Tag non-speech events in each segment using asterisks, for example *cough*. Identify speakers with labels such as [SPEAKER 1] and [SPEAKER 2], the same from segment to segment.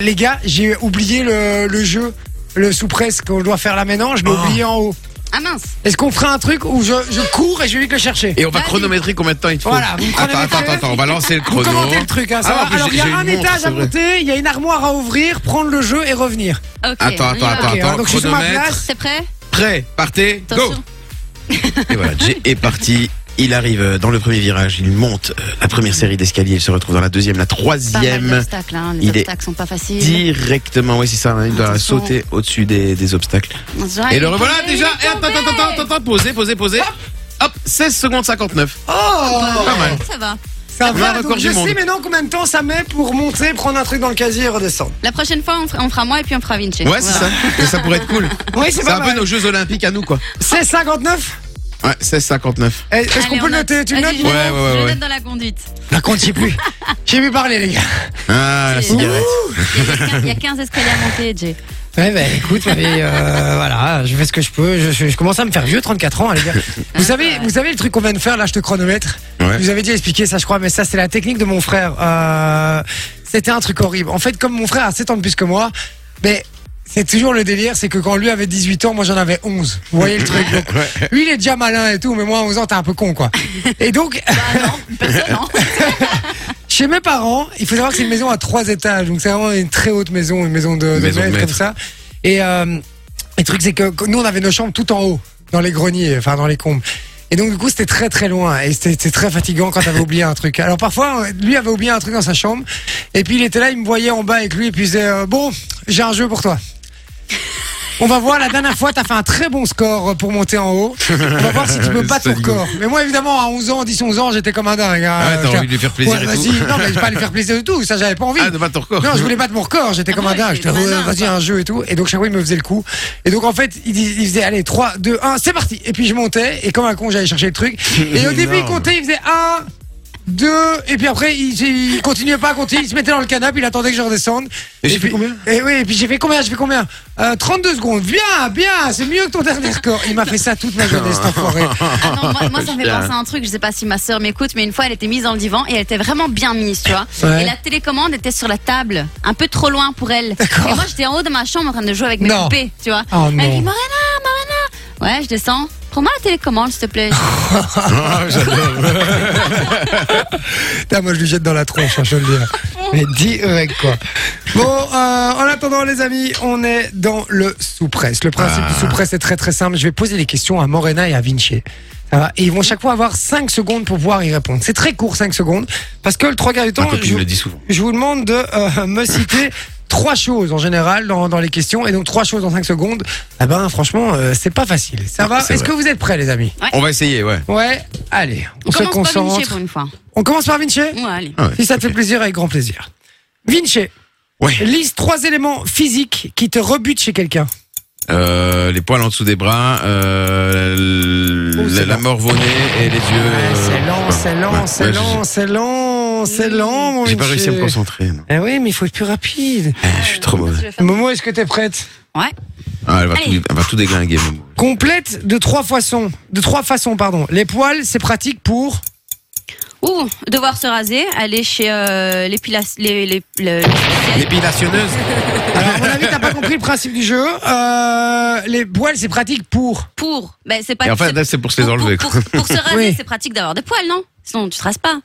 [SPEAKER 1] Les gars, j'ai oublié le, le jeu, le sous-presse qu'on doit faire là maintenant, je l'ai
[SPEAKER 2] Oh.
[SPEAKER 1] oublié en haut.
[SPEAKER 3] Ah mince
[SPEAKER 1] Est-ce qu'on ferait un truc où je, je cours et je vais vite le chercher
[SPEAKER 2] Et on va
[SPEAKER 3] Vas-y.
[SPEAKER 2] chronométrer combien de temps il te faut.
[SPEAKER 1] Voilà, vous me
[SPEAKER 2] attends,
[SPEAKER 1] chronométrez.
[SPEAKER 2] attends, attends, attends, on va lancer le
[SPEAKER 1] Vous
[SPEAKER 2] chrono.
[SPEAKER 1] commentez le truc, hein, ça
[SPEAKER 2] Ah,
[SPEAKER 1] va
[SPEAKER 2] en plus,
[SPEAKER 1] Alors il y
[SPEAKER 2] j'ai
[SPEAKER 1] a
[SPEAKER 2] une
[SPEAKER 1] un
[SPEAKER 2] montre,
[SPEAKER 1] étage
[SPEAKER 2] c'est
[SPEAKER 1] à
[SPEAKER 2] vrai.
[SPEAKER 1] monter, il y a une armoire à ouvrir, prendre le jeu et revenir.
[SPEAKER 3] Ok.
[SPEAKER 2] Attends,
[SPEAKER 3] on y va.
[SPEAKER 2] attends, attends,
[SPEAKER 1] Ok, hein,
[SPEAKER 2] attends.
[SPEAKER 1] donc je suis sur ma
[SPEAKER 2] chronomètre.
[SPEAKER 1] place.
[SPEAKER 3] C'est prêt
[SPEAKER 2] Prêt, partez, go.
[SPEAKER 3] Attention.
[SPEAKER 2] Et voilà, Jay est parti. Il arrive euh, dans le premier virage, il monte euh, la première série d'escaliers, il se retrouve dans la deuxième, la
[SPEAKER 3] Pas mal
[SPEAKER 2] troisième.
[SPEAKER 3] d'obstacles, hein. les
[SPEAKER 2] il est
[SPEAKER 3] obstacles sont pas faciles.
[SPEAKER 2] Directement, ouais, c'est ça, hein, il doit
[SPEAKER 3] Attention.
[SPEAKER 2] sauter au-dessus des, des obstacles.
[SPEAKER 3] Zorak,
[SPEAKER 2] Et le
[SPEAKER 3] Ah, il est
[SPEAKER 2] revoilà
[SPEAKER 3] tombé,
[SPEAKER 2] déjà.
[SPEAKER 3] il
[SPEAKER 2] Et
[SPEAKER 3] est
[SPEAKER 2] attends,
[SPEAKER 3] tombé.
[SPEAKER 2] attends, attends, attends, posez, posez, posez. Hop, 16 secondes 59.
[SPEAKER 1] Oh
[SPEAKER 2] Pas mal.
[SPEAKER 3] Ça va.
[SPEAKER 1] Ça
[SPEAKER 2] Le
[SPEAKER 1] va,
[SPEAKER 2] record
[SPEAKER 1] donc
[SPEAKER 2] du
[SPEAKER 1] je sais
[SPEAKER 2] monde.
[SPEAKER 1] maintenant combien de temps ça met pour monter, prendre un truc dans le casier et redescendre.
[SPEAKER 3] La prochaine fois, on fera, on fera moi et puis on fera Vinci.
[SPEAKER 2] Ouais, c'est ça.
[SPEAKER 3] Voilà.
[SPEAKER 2] Et ça pourrait être cool.
[SPEAKER 1] Oui, c'est
[SPEAKER 2] C'est
[SPEAKER 1] pas
[SPEAKER 2] un peu
[SPEAKER 1] mal.
[SPEAKER 2] nos Jeux Olympiques à nous, quoi.
[SPEAKER 1] 1659
[SPEAKER 2] Ouais, 16 59.
[SPEAKER 1] Eh, Est-ce qu'on
[SPEAKER 3] Allez,
[SPEAKER 1] peut
[SPEAKER 3] on
[SPEAKER 1] le noter Tu le
[SPEAKER 3] Vas-y,
[SPEAKER 1] notes
[SPEAKER 3] je le
[SPEAKER 2] Ouais,
[SPEAKER 3] note.
[SPEAKER 2] ouais, ouais,
[SPEAKER 3] Je le
[SPEAKER 2] ouais.
[SPEAKER 3] note dans la conduite.
[SPEAKER 1] La compte, j'y ai plus. J'ai vu parler, les gars.
[SPEAKER 2] Ah, la
[SPEAKER 3] C'est-
[SPEAKER 2] cigarette.
[SPEAKER 3] Il y a quinze- Il y a 15 escaliers à monter, Jay.
[SPEAKER 1] Ouais, bah écoute, mais, euh, *laughs* voilà, je fais ce que je peux. Je, je- je commence à me faire vieux, 34 ans, hein, les gars. Vous savez, vous savez le truc qu'on vient de faire, là, je te chronomètre
[SPEAKER 2] Ouais.
[SPEAKER 1] Je vous avais déjà expliqué ça, je crois, mais ça, c'est la technique de mon frère. Euh, C'était un truc horrible. En fait, comme mon frère a 7 ans de plus que moi, mais c'est toujours le délire, c'est que quand lui avait 18 ans, moi j'en avais 11. Vous voyez le truc donc, Lui, il est déjà malin et tout, mais moi, à 11 ans, t'es un peu con, quoi. Et donc,
[SPEAKER 3] Personne, non
[SPEAKER 1] chez mes parents, il faut savoir que c'est une maison à trois étages, donc c'est vraiment une très haute maison, une maison de, de
[SPEAKER 2] Maison de
[SPEAKER 1] maître,
[SPEAKER 2] maître.
[SPEAKER 1] comme ça. Et euh, le truc, c'est que que nous, on avait nos chambres tout en haut, dans les greniers, enfin dans les combes. Et donc, du coup, c'était très très loin et c'était c'était très fatigant quand t'avais oublié un truc. Alors parfois, euh, lui avait oublié un truc dans sa chambre et puis il était là, il me voyait en bas avec lui et puis il disait euh, Bon, j'ai un jeu pour toi. On va voir, la dernière fois, t'as fait un très bon score pour monter en haut. On va voir
[SPEAKER 2] *laughs*
[SPEAKER 1] si tu peux battre ton
[SPEAKER 2] C'était
[SPEAKER 1] record. Mais moi, évidemment, à 11 ans, 10, 11 ans, j'étais comme un dingue. hein.
[SPEAKER 2] Ah ouais,
[SPEAKER 1] Euh,
[SPEAKER 2] t'as envie de lui faire plaisir
[SPEAKER 1] Ouais,
[SPEAKER 2] et tout.
[SPEAKER 1] vas-y, non, mais je vais pas lui faire plaisir du tout, ça j'avais pas envie.
[SPEAKER 2] Ah, de battre ton record.
[SPEAKER 1] non, je voulais battre mon record, j'étais
[SPEAKER 3] Ah
[SPEAKER 1] comme
[SPEAKER 3] ouais,
[SPEAKER 1] un dingue,
[SPEAKER 3] t'es
[SPEAKER 1] j'étais euh,
[SPEAKER 3] malin,
[SPEAKER 1] vas-y
[SPEAKER 3] quoi.
[SPEAKER 1] un jeu et tout. Et donc chaque fois il me faisait le coup. Et donc en fait, il, dis- il faisait allez 3 2 1, c'est parti. Et puis je montais et comme un con, j'allais chercher le
[SPEAKER 2] *laughs*
[SPEAKER 1] truc. Et au début, il
[SPEAKER 2] Énorme.
[SPEAKER 1] comptait, il faisait 1 2 et puis après il, il continuait pas à compter, il se mettait dans le canapé, il attendait que je redescende.
[SPEAKER 2] Et j'ai fait
[SPEAKER 1] puis-
[SPEAKER 2] combien
[SPEAKER 1] Et oui, et puis j'ai fait combien J'ai fait combien Euh, 32 secondes. Bien, bien, c'est mieux que ton dernier score. Il m'a fait ça toute ma journée cet enfoiré.
[SPEAKER 3] Ah non, moi, moi,
[SPEAKER 2] *laughs*
[SPEAKER 3] ça me fait
[SPEAKER 2] Putain.
[SPEAKER 3] penser à un truc, je sais pas si ma sœur m'écoute, mais une fois elle était mise dans le divan et elle était vraiment bien mise, tu vois.
[SPEAKER 1] Ouais.
[SPEAKER 3] Et la télécommande était sur la table, un peu trop loin pour elle.
[SPEAKER 1] D'accord.
[SPEAKER 3] Et moi j'étais en haut de ma chambre en train de jouer avec mes
[SPEAKER 1] Non.
[SPEAKER 3] poupées, tu vois.
[SPEAKER 1] Oh,
[SPEAKER 3] elle
[SPEAKER 1] non.
[SPEAKER 3] me dit Morena, Morena Ouais, je descends. Prends-moi la télécommande, s'il te plaît.
[SPEAKER 1] Putain, moi je lui jette dans la tronche, hein, je veux le dire. Mais direct quoi. Bon, euh, en attendant les amis, on est dans le sous-presse. Le principe
[SPEAKER 2] Ah.
[SPEAKER 1] du sous-presse est très très simple. Je vais poser des questions à Morena et à Vinci. Ça va Et ils vont chaque fois avoir 5 secondes pour pouvoir y répondre. C'est très court 5 secondes. Parce que le trois quarts du
[SPEAKER 2] Ma
[SPEAKER 1] temps,
[SPEAKER 2] Ah, copine
[SPEAKER 1] je,
[SPEAKER 2] me le dit souvent.
[SPEAKER 1] je vous demande de euh, me citer trois choses en général dans, dans les questions. Et donc trois choses en 5 secondes, ah ben franchement, euh, c'est pas facile. Ça
[SPEAKER 2] Non,
[SPEAKER 1] va
[SPEAKER 2] Ah, c'est
[SPEAKER 1] Est-ce
[SPEAKER 2] vrai.
[SPEAKER 1] que vous êtes prêts les amis
[SPEAKER 2] On va essayer, ouais.
[SPEAKER 1] Ouais, allez, *laughs* on,
[SPEAKER 3] On
[SPEAKER 1] se
[SPEAKER 3] commence par Vinci
[SPEAKER 1] concentre.
[SPEAKER 3] pour une fois.
[SPEAKER 1] on commence par Vinci
[SPEAKER 3] Ouais, allez.
[SPEAKER 2] Ah ouais,
[SPEAKER 1] si ça
[SPEAKER 2] ok.
[SPEAKER 1] te fait plaisir, avec grand plaisir. Vinci,
[SPEAKER 2] Ouais.
[SPEAKER 1] liste trois éléments physiques qui te rebutent chez quelqu'un.
[SPEAKER 2] Euh, les poils en dessous des bras, euh,
[SPEAKER 1] Oh,
[SPEAKER 2] la,
[SPEAKER 1] c'est
[SPEAKER 2] la
[SPEAKER 1] bon.
[SPEAKER 2] mort au nez et les yeux. euh,
[SPEAKER 1] c'est
[SPEAKER 2] ouais.
[SPEAKER 1] lent, c'est lent,
[SPEAKER 2] Ouais,
[SPEAKER 1] c'est
[SPEAKER 2] ouais,
[SPEAKER 1] lent, c'est lent, c'est lent, mon
[SPEAKER 2] j'ai- J'ai pas
[SPEAKER 1] Vinci.
[SPEAKER 2] réussi à me concentrer. non.
[SPEAKER 1] Eh oui, mais il faut être plus rapide.
[SPEAKER 2] Eh, Je suis trop
[SPEAKER 3] Je
[SPEAKER 2] mauvais.
[SPEAKER 3] vais faire-
[SPEAKER 1] Momo, est-ce que t'es prête
[SPEAKER 3] Ouais.
[SPEAKER 2] Ah, elle, va
[SPEAKER 3] Allez.
[SPEAKER 2] tout, elle va tout déglinguer. Momo.
[SPEAKER 1] Complète de trois façons. De trois façons, pardon. Les poils, c'est pratique
[SPEAKER 2] *laughs*
[SPEAKER 1] pour.
[SPEAKER 3] Ouh, devoir se raser, aller chez euh, l'épilation. Les, les, le-
[SPEAKER 2] L'épilationneuse
[SPEAKER 1] Alors, à mon avis, t'as pas compris le principe du jeu. Euh, les poils, c'est pratique pour.
[SPEAKER 3] pour. Ben, c'est pas.
[SPEAKER 2] Et en fait,
[SPEAKER 3] c'est-
[SPEAKER 2] là, c'est pour se les
[SPEAKER 3] pour-
[SPEAKER 2] enlever.
[SPEAKER 3] Pour,
[SPEAKER 2] quoi.
[SPEAKER 3] pour- pour se raser,
[SPEAKER 1] Oui.
[SPEAKER 3] c'est pratique d'avoir des poils, non Sinon, tu te rases pas.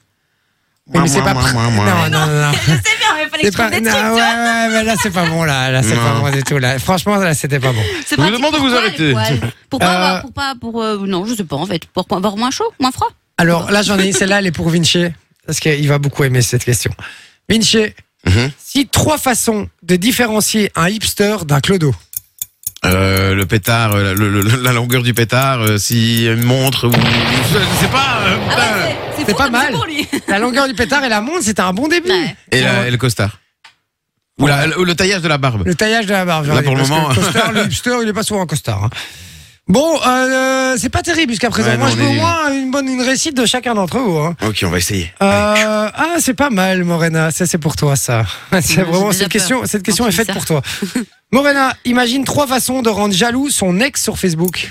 [SPEAKER 1] Oui, mais c'est pas.
[SPEAKER 2] Mouah, mouah,
[SPEAKER 1] pr-
[SPEAKER 2] mouah, mouah.
[SPEAKER 1] Non, non, non, non.
[SPEAKER 3] Je sais bien, mais fallait que
[SPEAKER 1] C'est
[SPEAKER 3] je
[SPEAKER 1] pas.
[SPEAKER 3] trouve des
[SPEAKER 1] non,
[SPEAKER 3] trucs, tu
[SPEAKER 1] ouais,
[SPEAKER 3] vois.
[SPEAKER 1] ouais, mais là, c'est pas bon, là. Là, c'est pas
[SPEAKER 2] Non.
[SPEAKER 1] bon du tout, là. Franchement, là, c'était pas bon.
[SPEAKER 3] C'est
[SPEAKER 2] Je vous
[SPEAKER 3] pratique
[SPEAKER 2] demande de
[SPEAKER 3] pour
[SPEAKER 2] vous
[SPEAKER 3] quoi,
[SPEAKER 2] arrêter.
[SPEAKER 3] les poils Pour pas
[SPEAKER 1] Euh,
[SPEAKER 3] avoir, pour pas, pour, euh, non, je sais pas en fait, pour pas avoir moins chaud, moins froid.
[SPEAKER 1] Alors là, j'en ai une, celle-là, elle est pour Vinci, parce qu'il va beaucoup aimer cette question. Vinci,
[SPEAKER 2] Mhm.
[SPEAKER 1] si trois façons de différencier un hipster d'un clodo.
[SPEAKER 2] Euh, le pétard, euh, le- le- la longueur du pétard, euh, si une montre ou. Je je sais pas. euh,
[SPEAKER 3] Ah
[SPEAKER 2] putain.
[SPEAKER 3] ouais, c'est
[SPEAKER 1] c'est
[SPEAKER 3] fou
[SPEAKER 1] pas
[SPEAKER 3] comme
[SPEAKER 1] mal.
[SPEAKER 3] c'est pour lui.
[SPEAKER 1] La longueur du pétard et la montre, c'était un bon début.
[SPEAKER 3] Ouais.
[SPEAKER 2] et, la- et le costard. Ou, la- le- le taillage de la barbe.
[SPEAKER 1] Le taillage de la barbe. j'en
[SPEAKER 2] Là,
[SPEAKER 1] ai,
[SPEAKER 2] pour le
[SPEAKER 1] parce que
[SPEAKER 2] moment,
[SPEAKER 1] le, costard, le hipster, il est pas souvent en costard. hein. Bon, euh, c'est pas terrible jusqu'à présent.
[SPEAKER 2] Ouais,
[SPEAKER 1] Moi,
[SPEAKER 2] non,
[SPEAKER 1] je
[SPEAKER 2] on
[SPEAKER 1] veux
[SPEAKER 2] est
[SPEAKER 1] au moins une bonne une réussite de chacun d'entre vous. hein.
[SPEAKER 2] Ok, on va essayer.
[SPEAKER 1] Euh, ah, c'est pas mal, Morena. Ça, c'est pour toi,
[SPEAKER 3] *laughs*
[SPEAKER 1] ça. C'est
[SPEAKER 3] j'ai
[SPEAKER 1] vraiment cette
[SPEAKER 3] déjà peur
[SPEAKER 1] question. Cette
[SPEAKER 3] quand
[SPEAKER 1] question
[SPEAKER 3] tu
[SPEAKER 1] est
[SPEAKER 3] dis
[SPEAKER 1] faite
[SPEAKER 3] ça.
[SPEAKER 1] pour toi.
[SPEAKER 3] *laughs*
[SPEAKER 1] Morena, imagine trois façons de rendre jaloux son ex sur Facebook.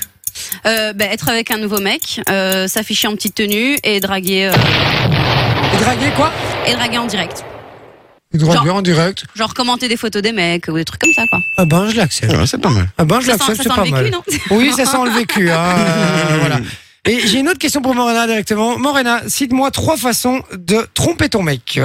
[SPEAKER 3] Euh, ben, être avec un nouveau mec, euh, s'afficher en petite tenue et draguer, euh,
[SPEAKER 1] Et draguer quoi
[SPEAKER 3] et draguer en direct.
[SPEAKER 1] Du droit
[SPEAKER 3] Genre-
[SPEAKER 1] de vue en direct.
[SPEAKER 3] Genre commenter des photos des mecs ou des trucs comme ça, quoi.
[SPEAKER 1] Ah ben, je l'accepte.
[SPEAKER 2] Ouais, c'est pas mal.
[SPEAKER 1] Ah ben, je
[SPEAKER 3] Ça sent,
[SPEAKER 1] l'accepte,
[SPEAKER 3] ça
[SPEAKER 1] c'est
[SPEAKER 3] sent
[SPEAKER 1] pas
[SPEAKER 3] le
[SPEAKER 1] mal.
[SPEAKER 3] vécu, non *laughs*
[SPEAKER 1] Oui, ça sent le vécu. hein, euh, voilà. Et j'ai une autre question pour Morena directement. Morena, cite-moi trois façons de tromper ton mec.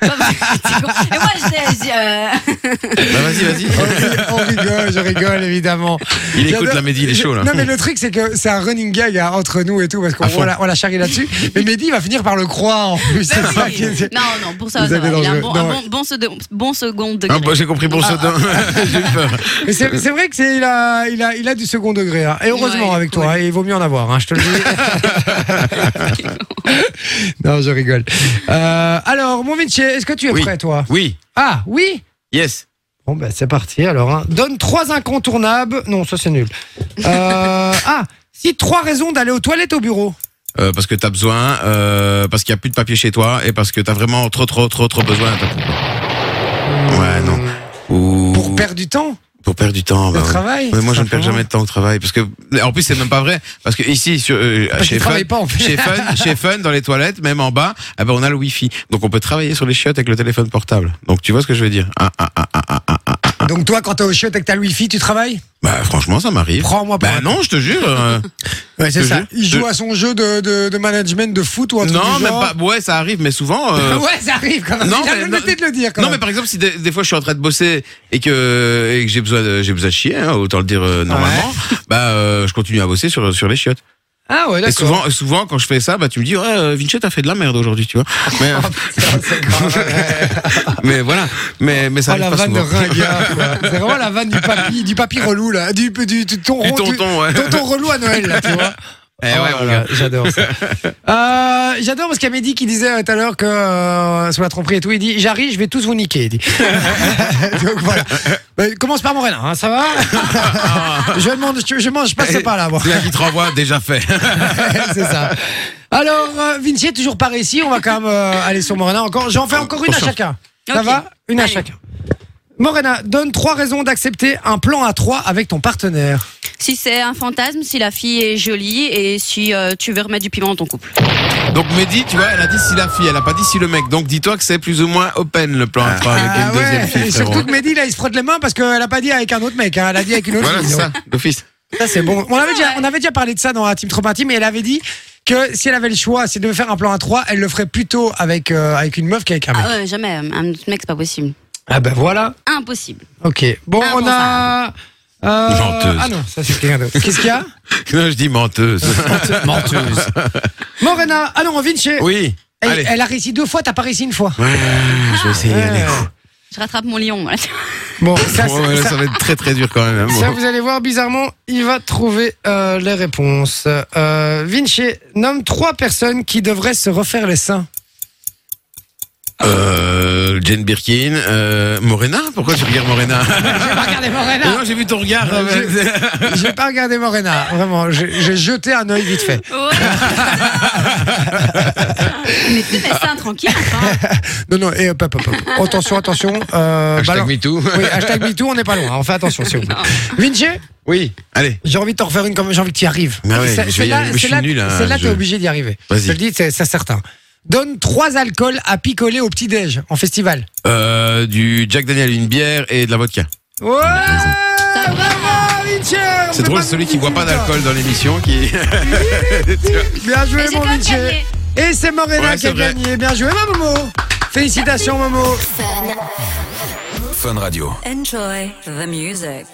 [SPEAKER 3] Pas mal. C'est con. Et moi, je dis, euh,
[SPEAKER 2] Bah, vas-y, vas-y.
[SPEAKER 1] *laughs* On rigole, je rigole évidemment.
[SPEAKER 2] *laughs* Il
[SPEAKER 1] J'adore-
[SPEAKER 2] écoute la Mehdi, il est chaud là.
[SPEAKER 1] Non mais le truc c'est que c'est un running gag hein, entre nous et tout parce qu'on
[SPEAKER 2] À fond. Bah
[SPEAKER 1] on la, on la charrie
[SPEAKER 2] *laughs*
[SPEAKER 1] là-dessus. Mais Mehdi va finir par le croire en plus. C'est ça qui est-
[SPEAKER 3] Non, non, pour ça,
[SPEAKER 1] Vous
[SPEAKER 3] ça
[SPEAKER 1] avez
[SPEAKER 3] va. Il a
[SPEAKER 1] dangereux.
[SPEAKER 3] un bon,
[SPEAKER 1] Non,
[SPEAKER 3] un bon, bon, second- bon second degré.
[SPEAKER 2] Ah, bah, j'ai compris pour Sodin.
[SPEAKER 1] *laughs*
[SPEAKER 2] J'ai eu peur.
[SPEAKER 1] Mais c'est c'est vrai que c'est il a il a il a du second degré hein. et heureusement
[SPEAKER 3] Ouais,
[SPEAKER 1] avec
[SPEAKER 3] cool.
[SPEAKER 1] toi hein, il vaut mieux en avoir hein, je te le dis.
[SPEAKER 2] *laughs*
[SPEAKER 1] non je rigole. Euh, alors mon Vinci est-ce que tu es
[SPEAKER 2] Oui.
[SPEAKER 1] prêt toi
[SPEAKER 2] Oui,
[SPEAKER 1] Ah oui
[SPEAKER 2] yes.
[SPEAKER 1] Bon ben c'est parti alors. hein. Donne trois incontournables. Non ça c'est nul.
[SPEAKER 2] *laughs*
[SPEAKER 1] Euh, ah si trois raisons d'aller aux toilettes au bureau.
[SPEAKER 2] Euh, parce que t'as besoin, euh, parce qu'il n'y a plus de papier chez toi et parce que t'as vraiment trop, trop, trop, trop besoin. Ouais, non. Ou...
[SPEAKER 1] Hmm. Pour perdre du temps
[SPEAKER 2] pour perdre du temps.
[SPEAKER 1] de
[SPEAKER 2] bah, ouais.
[SPEAKER 1] travail.
[SPEAKER 2] Ouais, moi, je ne perds
[SPEAKER 1] simplement.
[SPEAKER 2] jamais de temps au travail parce que en plus c'est même pas vrai parce que ici sur, euh,
[SPEAKER 1] Parce
[SPEAKER 2] chez
[SPEAKER 1] qu'il
[SPEAKER 2] Fun,
[SPEAKER 1] travaille pas en fait.
[SPEAKER 2] chez
[SPEAKER 1] *laughs*
[SPEAKER 2] Fun, chez Fun dans les toilettes, même en bas, eh ben on a le wifi donc on peut travailler sur les chiottes avec le téléphone portable. Donc tu vois ce que je veux dire Ah, ah, ah, ah, ah, ah.
[SPEAKER 1] Donc toi, quand t'es au chiotte et que t'as le wifi, tu travailles
[SPEAKER 2] Bah franchement ça m'arrive.
[SPEAKER 1] Prends-moi pour
[SPEAKER 2] Bah
[SPEAKER 1] un-
[SPEAKER 2] non, je te jure.
[SPEAKER 1] *laughs*
[SPEAKER 2] euh,
[SPEAKER 1] Ouais, c'est
[SPEAKER 2] Je-
[SPEAKER 1] ça. Il
[SPEAKER 2] je-
[SPEAKER 1] joue à son jeu de, de, de management de foot ou un truc
[SPEAKER 2] non,
[SPEAKER 1] du
[SPEAKER 2] même
[SPEAKER 1] genre.
[SPEAKER 2] pas. Ouais, ça arrive, mais souvent. euh,
[SPEAKER 1] *laughs* Ouais, ça arrive quand même.
[SPEAKER 2] Non,
[SPEAKER 1] il a
[SPEAKER 2] mais-
[SPEAKER 1] l'honnêteté de le dire quand
[SPEAKER 2] Non mais
[SPEAKER 1] même.
[SPEAKER 2] par exemple si des, des fois je suis en train de bosser et que, et que j'ai besoin de j'ai besoin de chier hein, autant le dire euh, normalement bah euh, je continue à bosser sur sur les chiottes
[SPEAKER 1] Ah ouais,
[SPEAKER 2] Et
[SPEAKER 1] d'accord.
[SPEAKER 2] souvent, souvent, quand je fais ça, bah, tu me dis, ouais, euh, Vinci, t'as fait de la merde aujourd'hui, tu vois.
[SPEAKER 1] *laughs*
[SPEAKER 2] Mais,
[SPEAKER 1] Oh,
[SPEAKER 2] euh, *laughs* mais voilà. Mais, mais ça
[SPEAKER 1] Oh, la
[SPEAKER 2] arrive pas
[SPEAKER 1] vanne de
[SPEAKER 2] souvent.
[SPEAKER 1] ringard, quoi. C'est vraiment la vanne du papy, du papy relou, là. Du, du, du tonton.
[SPEAKER 2] Du tonton, ouais. *laughs*
[SPEAKER 1] tonton relou à Noël, là, tu vois.
[SPEAKER 2] Eh ouais,
[SPEAKER 1] Ah,
[SPEAKER 2] mon
[SPEAKER 1] voilà,
[SPEAKER 2] gars.
[SPEAKER 1] j'adore
[SPEAKER 2] *laughs*
[SPEAKER 1] ça. Euh, j'adore parce qu'il y a Mehdi qui disait euh, tout à l'heure que euh, sur la tromperie et tout, il dit j'arrive, je vais tous vous niquer. il
[SPEAKER 2] *laughs*
[SPEAKER 1] dit. Donc voilà. Ben, commence par Morena, hein, ça
[SPEAKER 2] *laughs*
[SPEAKER 1] va je, mange, je, je mange, je passe
[SPEAKER 2] Eh,
[SPEAKER 1] pas là, moi.
[SPEAKER 2] C'est un qui te renvoie, déjà fait.
[SPEAKER 1] *laughs* C'est ça. Alors, euh, Vinci est toujours par ici, on va quand même euh, aller sur Morena encore. J'en fais encore une à chacun. Ça
[SPEAKER 3] Ok.
[SPEAKER 1] va Une à
[SPEAKER 3] Allez.
[SPEAKER 1] chacun. Morena, donne trois raisons d'accepter un plan à trois avec ton partenaire.
[SPEAKER 3] Si c'est un fantasme, si la fille est jolie et si euh, tu veux remettre du piment dans ton couple.
[SPEAKER 2] Donc, Mehdi, tu vois, elle a dit si la fille, elle a pas dit si le mec. Donc, dis-toi que c'est plus ou moins open, le plan à trois avec
[SPEAKER 1] Ah
[SPEAKER 2] une deuxième fille.
[SPEAKER 1] Et
[SPEAKER 2] frérot.
[SPEAKER 1] surtout que Mehdi, là, il se frotte les mains parce qu'elle a pas dit avec un autre mec, hein, elle a dit avec une autre
[SPEAKER 2] Voilà,
[SPEAKER 1] fille.
[SPEAKER 2] c'est
[SPEAKER 1] donc.
[SPEAKER 2] ça, d'office.
[SPEAKER 1] Ça, c'est bon. On avait,
[SPEAKER 3] Ouais.
[SPEAKER 1] déjà, on avait déjà parlé de ça dans la Team Trop Intime, mais elle avait dit que si elle avait le choix, si elle devait faire un plan à trois, elle le ferait plutôt avec, euh, avec une meuf qu'avec un mec.
[SPEAKER 3] Ah ouais, jamais. euh, Un autre mec, c'est pas possible.
[SPEAKER 1] Ah ben voilà.
[SPEAKER 3] Impossible.
[SPEAKER 1] Ok. Bon,
[SPEAKER 3] Ah,
[SPEAKER 1] on
[SPEAKER 3] bon,
[SPEAKER 1] a. euh,
[SPEAKER 2] Menteuse.
[SPEAKER 1] Ah non, ça c'est quelqu'un d'autre. Qu'est-ce qu'il y a
[SPEAKER 2] Non, je dis menteuse.
[SPEAKER 1] Menteuse. Morena, ah non, Vinci.
[SPEAKER 2] Oui.
[SPEAKER 1] Elle,
[SPEAKER 2] Allez.
[SPEAKER 1] elle a réussi deux fois, t'as pas réussi une fois. Euh,
[SPEAKER 2] Ouais, je vais essayer. allez.
[SPEAKER 3] Je rattrape mon lion. voilà.
[SPEAKER 1] Bon, ça,
[SPEAKER 2] Bon,
[SPEAKER 1] c'est-
[SPEAKER 2] ouais, là,
[SPEAKER 1] ça-
[SPEAKER 2] ça va être très très dur quand même. hein, bon.
[SPEAKER 1] Ça, vous allez voir, bizarrement, il va trouver euh, les réponses. Euh, Vinci, nomme trois personnes qui devraient se refaire les seins.
[SPEAKER 2] Euh, Jane Birkin, euh, Morena Pourquoi tu regardes Morena
[SPEAKER 1] Ah, Regardez
[SPEAKER 2] Non,
[SPEAKER 1] Morena
[SPEAKER 2] j'ai vu ton regard.
[SPEAKER 1] Non,
[SPEAKER 2] euh,
[SPEAKER 1] Ah, J'ai pas regardé Morena, vraiment. J'ai j'ai jeté un œil vite fait.
[SPEAKER 3] Ouais. *laughs* Mais tu mets ça tranquille. hein. Enfin.
[SPEAKER 1] Non, non, et hop, hop, hop. Attention, attention. Euh,
[SPEAKER 2] Hashtag
[SPEAKER 1] balance-
[SPEAKER 2] MeToo.
[SPEAKER 1] Oui, hashtag MeToo, on n'est pas loin, hein, on fait attention, s'il vous plaît.
[SPEAKER 3] Non.
[SPEAKER 1] Vinci,
[SPEAKER 2] Oui. Allez,
[SPEAKER 1] j'ai envie de t'en refaire une, comme j'ai envie que tu y arrives.
[SPEAKER 2] Ah ouais,
[SPEAKER 1] C'est-
[SPEAKER 2] je vais
[SPEAKER 1] c'est
[SPEAKER 2] y
[SPEAKER 1] là,
[SPEAKER 2] arriver, mais je
[SPEAKER 1] c'est
[SPEAKER 2] suis
[SPEAKER 1] là-
[SPEAKER 2] nul, hein,
[SPEAKER 1] c'est là, t'es
[SPEAKER 2] je-
[SPEAKER 1] obligé d'y arriver.
[SPEAKER 2] Vas-y.
[SPEAKER 1] Je te le dis, c'est c'est certain. Donne trois alcools à picoler au petit-déj, en festival.
[SPEAKER 2] euh, du Jack Daniel, une bière et de la vodka.
[SPEAKER 1] Ouais Bravo, Vinci On
[SPEAKER 2] hein C'est
[SPEAKER 1] fait
[SPEAKER 2] drôle,
[SPEAKER 1] pas de
[SPEAKER 2] celui qui
[SPEAKER 1] musique,
[SPEAKER 2] boit pas
[SPEAKER 1] toi.
[SPEAKER 2] d'alcool dans l'émission qui.
[SPEAKER 1] Bien joué,
[SPEAKER 3] Mais j'ai
[SPEAKER 1] mon
[SPEAKER 3] quand même
[SPEAKER 1] Vinci
[SPEAKER 3] gagné.
[SPEAKER 1] Et c'est Morena
[SPEAKER 2] Ouais,
[SPEAKER 1] qui a
[SPEAKER 2] c'est vrai.
[SPEAKER 1] gagné. Bien joué, ma Momo Félicitations, Momo
[SPEAKER 4] Enjoy the music.